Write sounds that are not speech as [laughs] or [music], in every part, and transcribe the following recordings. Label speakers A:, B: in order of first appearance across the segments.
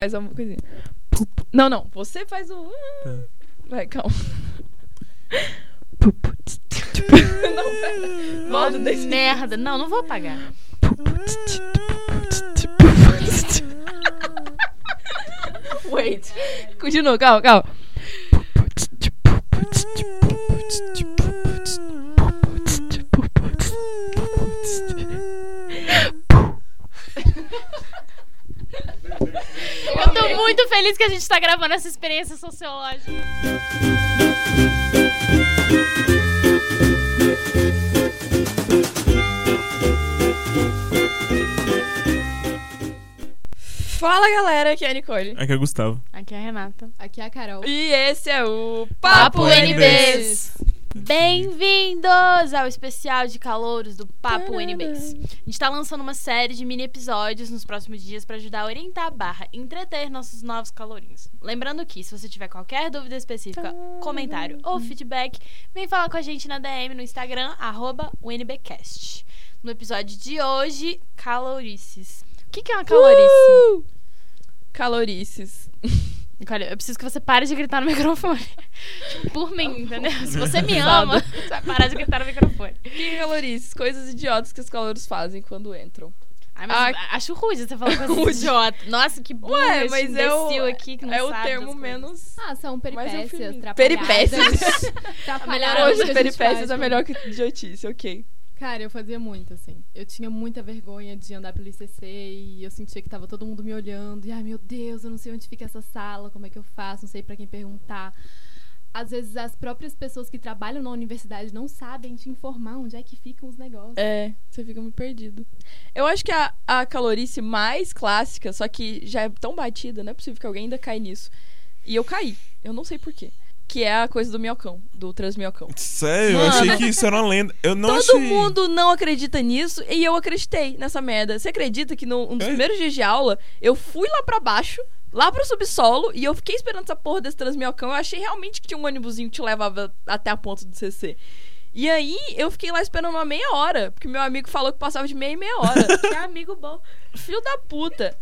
A: Faz uma coisinha. Pup. Não, não. Você faz o. ah,
B: Tá.
A: Vai, calma. Pup. tst, tst, tst. Não, pera.
C: Ah,
A: Volta desse.
C: Merda. Não, não vou apagar.
A: Pup, tst, tst, pup, tst, tst, pup, tst, tst. Wait. Continua, calma, calma. Pup, tst, tst, pup, tst, tst, pup, tst, tst, pup, tst, pup, tst, tst, pup, tst, pup, tst, tst.
C: Eu tô muito feliz que a gente tá gravando essa experiência sociológica.
A: Fala galera, aqui é a Nicole.
B: Aqui é o Gustavo.
C: Aqui é a Renata.
D: Aqui é a Carol.
A: E esse é o
C: Papo
A: Papo
B: NBs.
A: NBs.
C: Bem-vindos ao especial de calouros do Papo NBs. A gente tá lançando uma série de mini episódios nos próximos dias pra ajudar a orientar barra entreter nossos novos calourinhos. Lembrando que, se você tiver qualquer dúvida específica, comentário ou feedback, vem falar com a gente na DM no Instagram, arroba UNBcast. No episódio de hoje, calorices. O que, que é uma calorice?
A: Uh! Calorices.
C: Nicole, eu preciso que você pare de gritar no [laughs] microfone. Tipo, Por mim, entendeu? Se você me ama, você vai parar de gritar no microfone.
A: O que é calorices? Coisas idiotas que os calouros fazem quando entram.
C: Ai, mas
A: Ah,
C: eu acho [laughs] rude você falar coisa
A: rude.
C: idiota. Nossa, que burro
A: Ué,
C: esse
A: mas é o,
C: imbecil aqui que não
A: é o
C: sabe
A: termo
C: das coisas.
A: menos...
D: Ah, são
A: Mas eu
D: peripécias,
A: fui-
D: atrapalhadas.
A: Peripécias.
D: [laughs] Atrapalhadas
C: Melhor
D: que a
A: Hoje,
D: gente
A: peripécias
D: faz
A: é
D: com-
A: melhor que idiotice, ok.
D: Cara, eu fazia muito, assim. Eu tinha muita vergonha de andar pelo ICC e eu sentia que tava todo mundo me olhando. E, ai, meu Deus, eu não sei onde fica essa sala, como é que eu faço, não sei pra quem perguntar. Às vezes, as próprias pessoas que trabalham na universidade não sabem te informar onde é que ficam os negócios.
A: É, você fica muito perdido. Eu acho que a, a calorice mais clássica, só que já é tão batida, não é possível que alguém ainda caia nisso. E eu caí, eu não sei porquê. Que é a coisa do minhocão, do transmiocão.
B: Sério, eu
A: Mano.
B: achei que isso era uma lenda. Eu não assim.
A: Todo
B: achei.
A: mundo não acredita nisso e eu acreditei nessa merda. Você acredita que num um dos
B: É?
A: primeiros dias de aula eu fui lá pra baixo, lá pro subsolo, e eu fiquei esperando essa porra desse transmiocão. Eu achei realmente que tinha um ônibusinho que te levava até a ponta do CC. E aí eu fiquei lá esperando uma meia hora, porque meu amigo falou que passava de meia e meia hora.
C: Que amigo bom.
A: Filho da puta.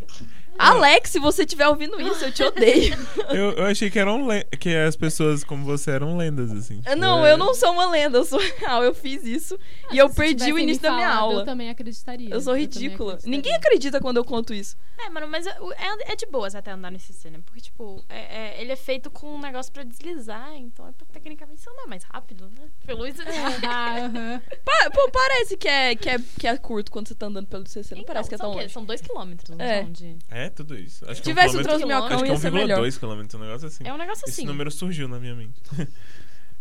A: Alex, se você estiver ouvindo isso, eu te odeio.
B: Eu, eu achei que eram len- que as pessoas como você eram lendas, assim. tipo,
A: Não,
B: é-
A: eu não sou uma lenda, eu sou real. Eu fiz isso e eu perdi o início da minha
D: Eu
A: aula.
D: também acreditaria.
A: Eu sou
D: também
A: ridícula.
D: acreditaria.
A: Ninguém acredita quando eu conto isso.
C: É, mano, mas é, é- é de boas até andar nesse cena. Porque, tipo, é- é- ele é feito com um negócio pra deslizar. Então, é pra, tecnicamente, você andar mais rápido, né? Pelo [laughs] isso...
D: Ah, aham.
A: Pa- pô, parece que é, que, é, que é curto quando você tá andando pelo CC. Não parece que é
C: Então,
A: tão
C: são o quê?
A: longe.
C: São dois quilômetros, não
A: É.
C: são de...
B: É, tudo isso. Acho que
A: tivesse
B: é
A: um
B: um
A: transmiocão,
B: Acho que é
A: ia ser melhor.
B: 1,2 km, um negócio assim.
C: É um negócio
B: Esse
C: assim.
B: número surgiu na minha mente.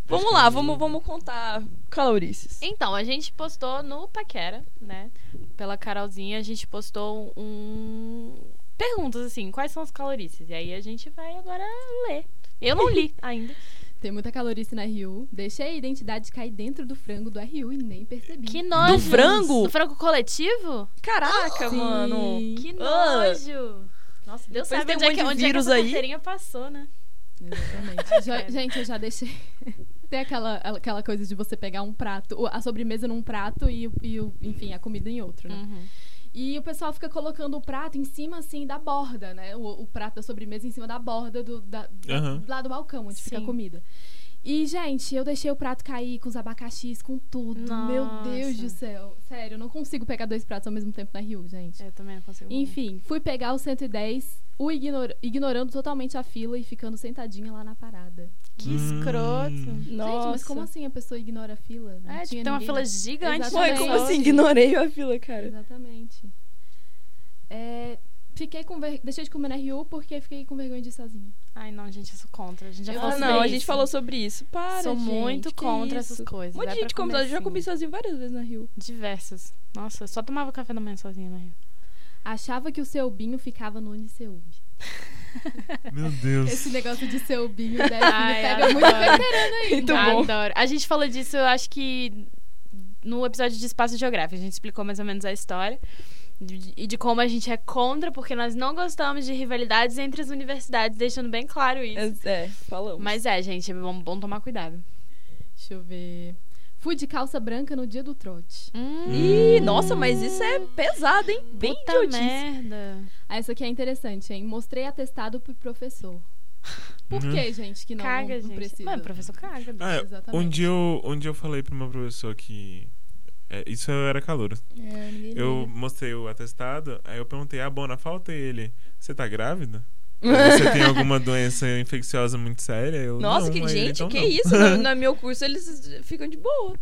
A: Vamos
B: é um
A: lá, vamos, vamos contar calorices.
C: Então, a gente postou no Paquera, né? Pela Carolzinha, a gente postou um. Perguntas assim, quais são as calorices? E aí a gente vai agora ler. Eu não [laughs] li ainda.
D: Tem muita calorice na RU. Deixei a identidade cair dentro do frango do RU e nem percebi.
C: Que nojo!
A: Do frango?
C: Do frango coletivo?
A: Caraca,
D: Sim.
A: mano.
C: Que
A: Ah.
C: nojo! Nossa,
A: Depois
C: Deus sabe
A: tem um
C: onde é que,
A: monte de
C: onde é que
A: vírus
C: essa
A: aí.
C: carteirinha passou, né?
D: Exatamente. Já- gente, eu já deixei. [laughs] Tem aquela, aquela coisa de você pegar um prato, o- a sobremesa num prato e, o- e o- enfim, a comida em outro, né?
C: Hum. Uhum.
D: E o pessoal fica colocando o prato em cima, assim, da borda, né? O, o prato da sobremesa em cima da borda do, da- da-
B: Aham.
D: lá do balcão onde fica a
C: Sim.
D: comida. E, gente, eu deixei o prato cair com os abacaxis, com tudo. Meu Deus
C: Nossa.
D: do céu. Sério, eu não consigo pegar dois pratos ao mesmo tempo na Rio, gente.
C: É, Eu também não consigo.
D: Enfim, fui pegar o 110, o ignor- ignorando totalmente a fila e ficando sentadinha lá na parada.
C: Que
B: Hum.
C: escroto.
D: Gente, mas como assim a pessoa ignora a fila? Não
C: É, tipo,
D: tinha
C: tem uma
D: ninguém
C: fila
D: na-
C: gigante.
D: Exatamente.
A: Ué, como
D: Nossa.
A: assim? Ignorei a fila, cara.
D: Exatamente. É, fiquei com ver... Deixei de comer na RU porque fiquei com vergonha de ir sozinha.
C: Ai, não, gente, eu sou contra. A gente já
D: Eu
C: falou
A: Ah,
D: faço
A: não,
C: sobre
A: a gente
C: isso.
A: falou sobre isso. Para,
C: Sou
A: gente,
C: muito
A: que
C: contra
A: isso?
C: essas coisas.
A: Um monte
C: É
A: de gente
C: pra
A: convidada, eu já
C: comecinho.
A: comi sozinho várias vezes na Rio.
C: Diversas. Nossa, eu só tomava café da manhã sozinha né? na Rio.
D: Achava que o Selbinho ficava no Uniceub.
B: Meu Deus.
D: Esse negócio de
C: [laughs]
D: Selbinho deve
C: Ai,
D: me pega muito
C: adoro.
D: veterano
A: [laughs]
D: aí.
A: Muito bom.
C: Adoro. A gente falou disso, eu acho que no episódio de Espaço Geográfico. A gente explicou mais ou menos a história. de- E de como a gente é contra, porque nós não gostamos de rivalidades entre as universidades, deixando bem claro isso.
A: É, é, falamos.
C: Mas é, gente, é bom, bom tomar cuidado.
D: Deixa eu ver. Fui de calça branca no dia do trote.
A: Ih, nossa, mas isso é pesado, hein? Bem
C: hum. Puta
A: idiotice.
C: merda.
D: Ah, essa aqui é interessante, hein? Mostrei atestado pro professor. Por
B: Uhum.
D: que, gente, que não,
C: caga,
D: não
C: gente.
D: precisa?
C: Mas o professor caga.
B: Ah, é,
D: Exatamente.
B: um, dia eu, um dia eu falei pro meu professor que. é, isso eu era calor.
D: É, ninguém
B: Eu
D: liga.
B: mostrei o atestado, aí eu perguntei, ah, Bona, falta ele. Você tá grávida? Você tem alguma doença infecciosa muito séria? Eu,
A: Nossa,
B: não,
A: que
B: aí ele,
A: gente,
B: então
A: que
B: não.
A: isso?
B: [laughs]
A: No, no meu curso eles ficam de boa.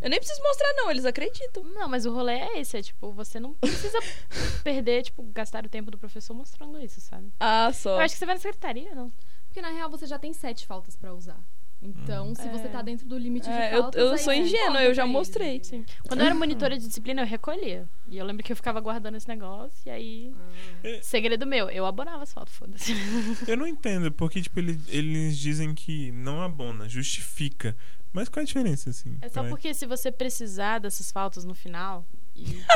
A: Eu nem preciso mostrar, não, eles acreditam.
C: Não, mas o rolê é esse. É tipo, você não precisa [laughs] perder, tipo, gastar o tempo do professor mostrando isso, sabe?
A: Ah, só.
C: Eu acho que você vai na secretaria, não.
D: Porque na real você já tem sete faltas pra usar. Então, se
C: É.
D: você tá dentro do limite
A: É,
D: de
A: eu-
D: faltas,
A: eu
D: aí
A: sou
D: você
A: ingênua,
D: importa
A: eu já
D: pra eles,
A: mostrei.
D: entendeu?
C: Sim. Quando eu era monitora de disciplina, eu recolhia. E eu lembro que eu ficava guardando esse negócio. E aí.
B: É.
C: Segredo meu, eu abonava as fotos, foda-se.
B: Eu não entendo, porque, tipo, ele- eles dizem que não abona, justifica. Mas qual é a diferença, assim?
C: É só
B: pra-
C: porque se você precisar dessas faltas no final. E, tipo,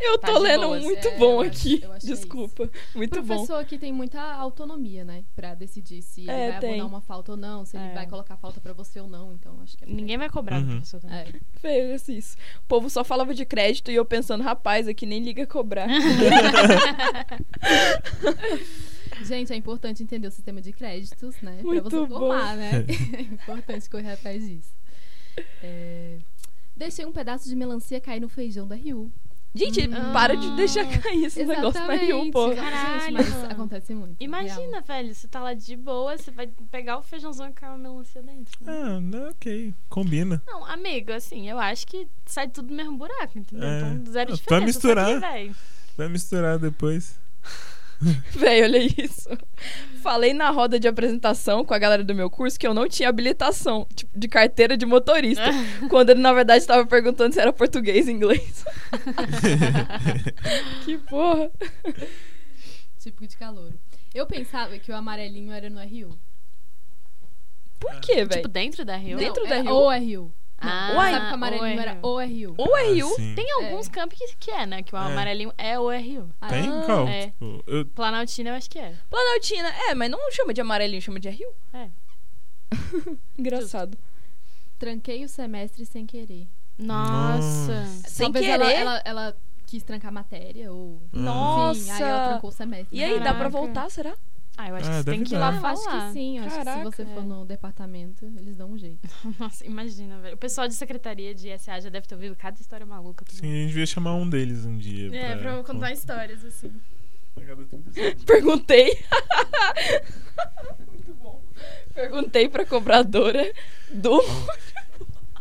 A: Eu
C: Tá
A: tô
C: de
A: lendo
C: boas,
A: um muito
D: é,
A: bom
D: eu acho-
A: aqui.
D: eu acho que é isso.
A: Desculpa.
D: O
A: Muito bom.
D: professor aqui tem muita autonomia, né? Pra decidir se
A: É,
D: ele vai
A: tem.
D: abonar uma falta ou não, se ele
C: É.
D: vai colocar falta pra você ou não. Então, acho que é por aí.
C: ninguém vai cobrar do
B: Uhum.
C: professor também.
D: É.
A: Fez isso. O povo só falava de crédito e eu pensando, rapaz, aqui nem liga
D: [laughs]
A: cobrar.
D: Gente, é importante entender o sistema de créditos, né?
A: Muito
D: pra você
A: bom.
D: formar,
C: [laughs]
D: né? [laughs] É importante correr atrás disso. É, Deixei um pedaço de melancia cair no feijão da Rio.
A: Gente, ele
C: Hum.
A: para de deixar
D: Ah,
A: cair esse negócio um na Rio, pô.
D: Gente,
C: Caralho.
D: mas acontece muito.
C: Imagina, velho, você tá lá de boa, você vai pegar o feijãozão e cair uma melancia dentro. né?
B: Ah, não, ok. Combina.
C: Não, amigo, assim, eu acho que sai tudo do mesmo buraco, entendeu?
B: É.
C: Então, zero
B: Vai
C: diferença.
B: misturar.
C: Isso aqui, velho.
B: Vai misturar depois.
A: Véi, olha isso. Falei na roda de apresentação com a galera do meu curso que eu não tinha habilitação tipo, de carteira de motorista. quando ele, na verdade, estava perguntando se era português e [laughs] inglês. que porra.
D: Típico de calouro. Eu pensava que o amarelinho era no RU.
A: Por quê, velho?
C: [laughs] Tipo, dentro da Rio?
A: Dentro
D: Não,
A: da
D: é
A: RU.
D: O RU.
C: Ah,
D: Não, sabe que o
C: ou
D: amarelinho
C: é
D: era
C: Rio.
D: o RU.
A: Ou é Rio.
B: Ah, sim.
C: Tem alguns campos que, que é, né? Que o
B: É.
C: amarelinho é o RU.
D: Ah,
B: Tem
A: Ah,
B: qual?
C: é.
B: Tipo, eu-
C: Planaltina, eu acho que é.
A: Planaltina. É, mas não chama de amarelinho, chama de Rio.
C: É.
A: Engraçado.
D: Tranquei o semestre sem querer.
C: Nossa.
B: Nossa.
A: Sem
D: Talvez
A: querer.
D: Ela, ela, ela quis trancar matéria ou. Enfim, aí ela
A: Nossa.
D: trancou o semestre.
A: E aí, dá pra
C: Caraca.
A: voltar, será?
C: Ah, eu acho
B: Ah,
C: que você tem
B: deve
C: que ir
B: dar.
C: lá
D: Eu
C: falar.
D: acho que sim, eu acho que se
A: Caraca,
D: você for
C: é.
D: no departamento, eles dão
C: [laughs]
D: um jeito.
C: Nossa, imagina, velho. O pessoal de secretaria de SA já deve ter ouvido cada história maluca. também.
B: Sim, a gente devia chamar um deles um dia.
C: É, pra contar histórias, assim.
B: A cada 30
A: [laughs]
B: segundos.
A: Perguntei. [laughs] Perguntei pra cobradora do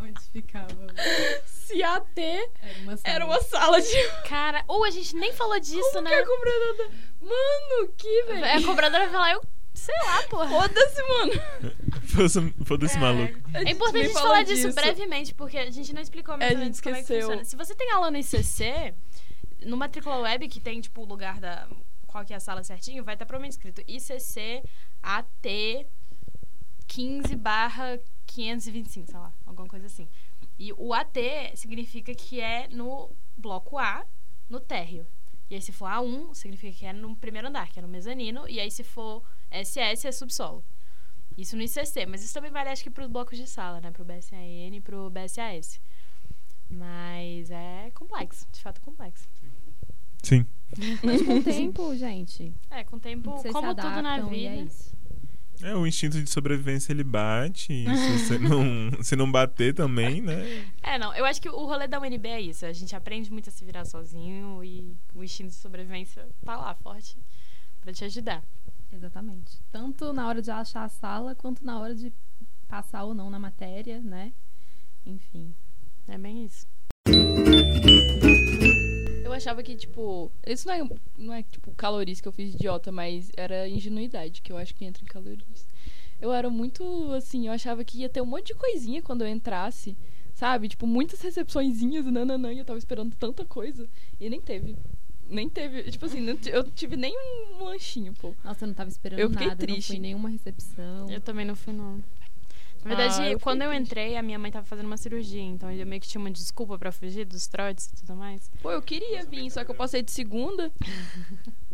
D: Onde
A: [laughs]
D: ficava?
A: CAT.
D: Era uma sala.
A: Era uma sala de.
C: Cara, ou a gente nem falou disso,
A: Como
C: né? É,
A: que a cobradora. Mano, que, velho.
C: A cobradora vai lá, eu. Sei lá, porra.
A: Foda-se, mano.
B: [laughs] Foda-se- Foda-se, maluco.
A: gente
C: É importante a
A: nem
C: gente
A: fala
C: falar disso,
A: disso.
C: brevemente, porque a gente não explicou mais
A: É,
C: ou
A: a
C: menos
A: gente
C: como é que
A: esqueceu.
C: funciona. Se você tem aula no ICC, no matrícula web, que tem, tipo, o lugar da... Qual que é a sala certinho, vai estar provavelmente escrito ICC AT 15 barra 525, sei lá, alguma coisa assim. E o AT significa que é no bloco A, no térreo. E aí, se for A1, significa que é no primeiro andar, que é no mezanino. E aí, se for SS, é subsolo. Isso no ICC, mas isso também vale, acho que, para os blocos de sala, né? Para o BSAN e para o BSAS. Mas é complexo, de fato complexo.
B: Sim.
D: Mas com o tempo, gente.
C: É, com o tempo,
D: vocês
C: como
D: se
C: tudo na
D: adaptam e é
C: vida.
D: isso.
B: É, o instinto de sobrevivência ele bate. e
C: [laughs]
B: Se você não, se não bater também, né?
C: É, não, eu acho que o rolê da UNB é isso. A gente aprende muito a se virar sozinho e o instinto de sobrevivência tá lá, forte, para te ajudar.
D: Exatamente. Tanto na hora de achar a sala, quanto na hora de passar ou não na matéria, né? Enfim.
C: É bem isso.
A: Eu achava que, tipo. Isso não é, não é tipo, calorice que eu fiz idiota, mas era ingenuidade, que eu acho que entra em calorice. Eu era muito, assim, eu achava que ia ter um monte de coisinha quando eu entrasse, sabe? Tipo, muitas recepçõezinhas, nananã, e eu tava esperando tanta coisa. E nem teve. Nem teve. Tipo assim, não ti- eu tive nem um lanchinho, pô.
D: Nossa, eu não tava esperando
A: Eu fiquei
D: nada,
A: triste.
D: não fui em nenhuma recepção.
C: Eu também não fui, não. Na
A: Ah,
C: verdade,
A: eu fui
C: quando eu
A: triste.
C: entrei, a minha mãe tava fazendo uma cirurgia, então eu meio que tinha uma desculpa para fugir dos trotes e tudo mais.
A: Pô, eu queria vir, só que eu passei de segunda.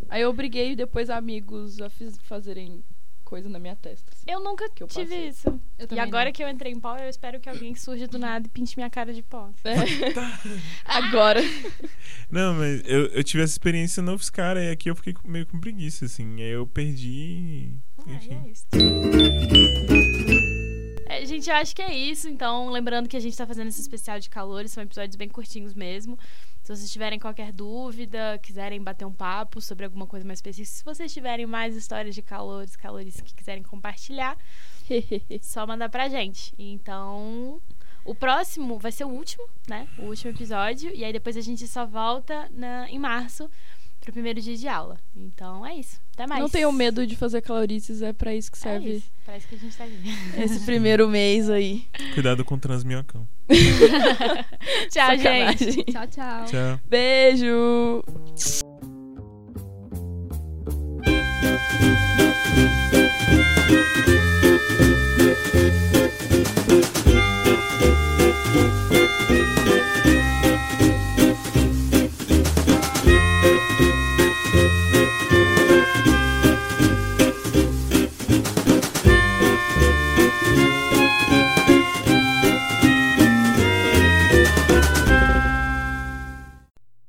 A: Aí eu obriguei depois amigos a fiz- fazerem coisa na minha testa. assim.
C: Eu nunca
A: Que eu
C: tive
A: passei.
C: isso.
D: Eu
C: E
D: também
C: agora
D: não.
C: que eu entrei em pó, eu espero que alguém surja do nada e pinte minha cara de pó.
A: É. Agora.
B: Não, mas eu, eu tive essa experiência no UFSCar e aqui eu fiquei com- meio com preguiça, assim. Aí eu perdi.
C: Ah,
B: Enfim.
C: é isso. É, gente, eu acho que é isso. Então, lembrando que a gente tá fazendo esse especial de calores, são episódios bem curtinhos mesmo. Se vocês tiverem qualquer dúvida, quiserem bater um papo sobre alguma coisa mais específica, se vocês tiverem mais histórias de calores, calores que quiserem compartilhar, só mandar pra gente. Então, o próximo vai ser o último, né? O último episódio. E aí depois a gente só volta na- em março pro primeiro dia de aula. Então é isso. Até mais.
A: Não tenham medo de fazer calorices, é pra isso que
C: É
A: serve
C: isso. Parece que a gente tá aqui. [laughs]
A: esse primeiro mês aí.
B: Cuidado com o transminhocão.
C: Tchau, gente.
A: Sacanagem.
D: Tchau,
C: [laughs]
D: tchau.
B: Tchau.
A: Beijo!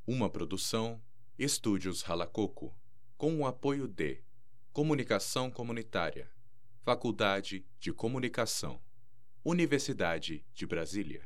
E: Uma produção Estúdios Ralacoco, com o apoio de Comunicação Comunitária, Faculdade de Comunicação, Universidade de Brasília.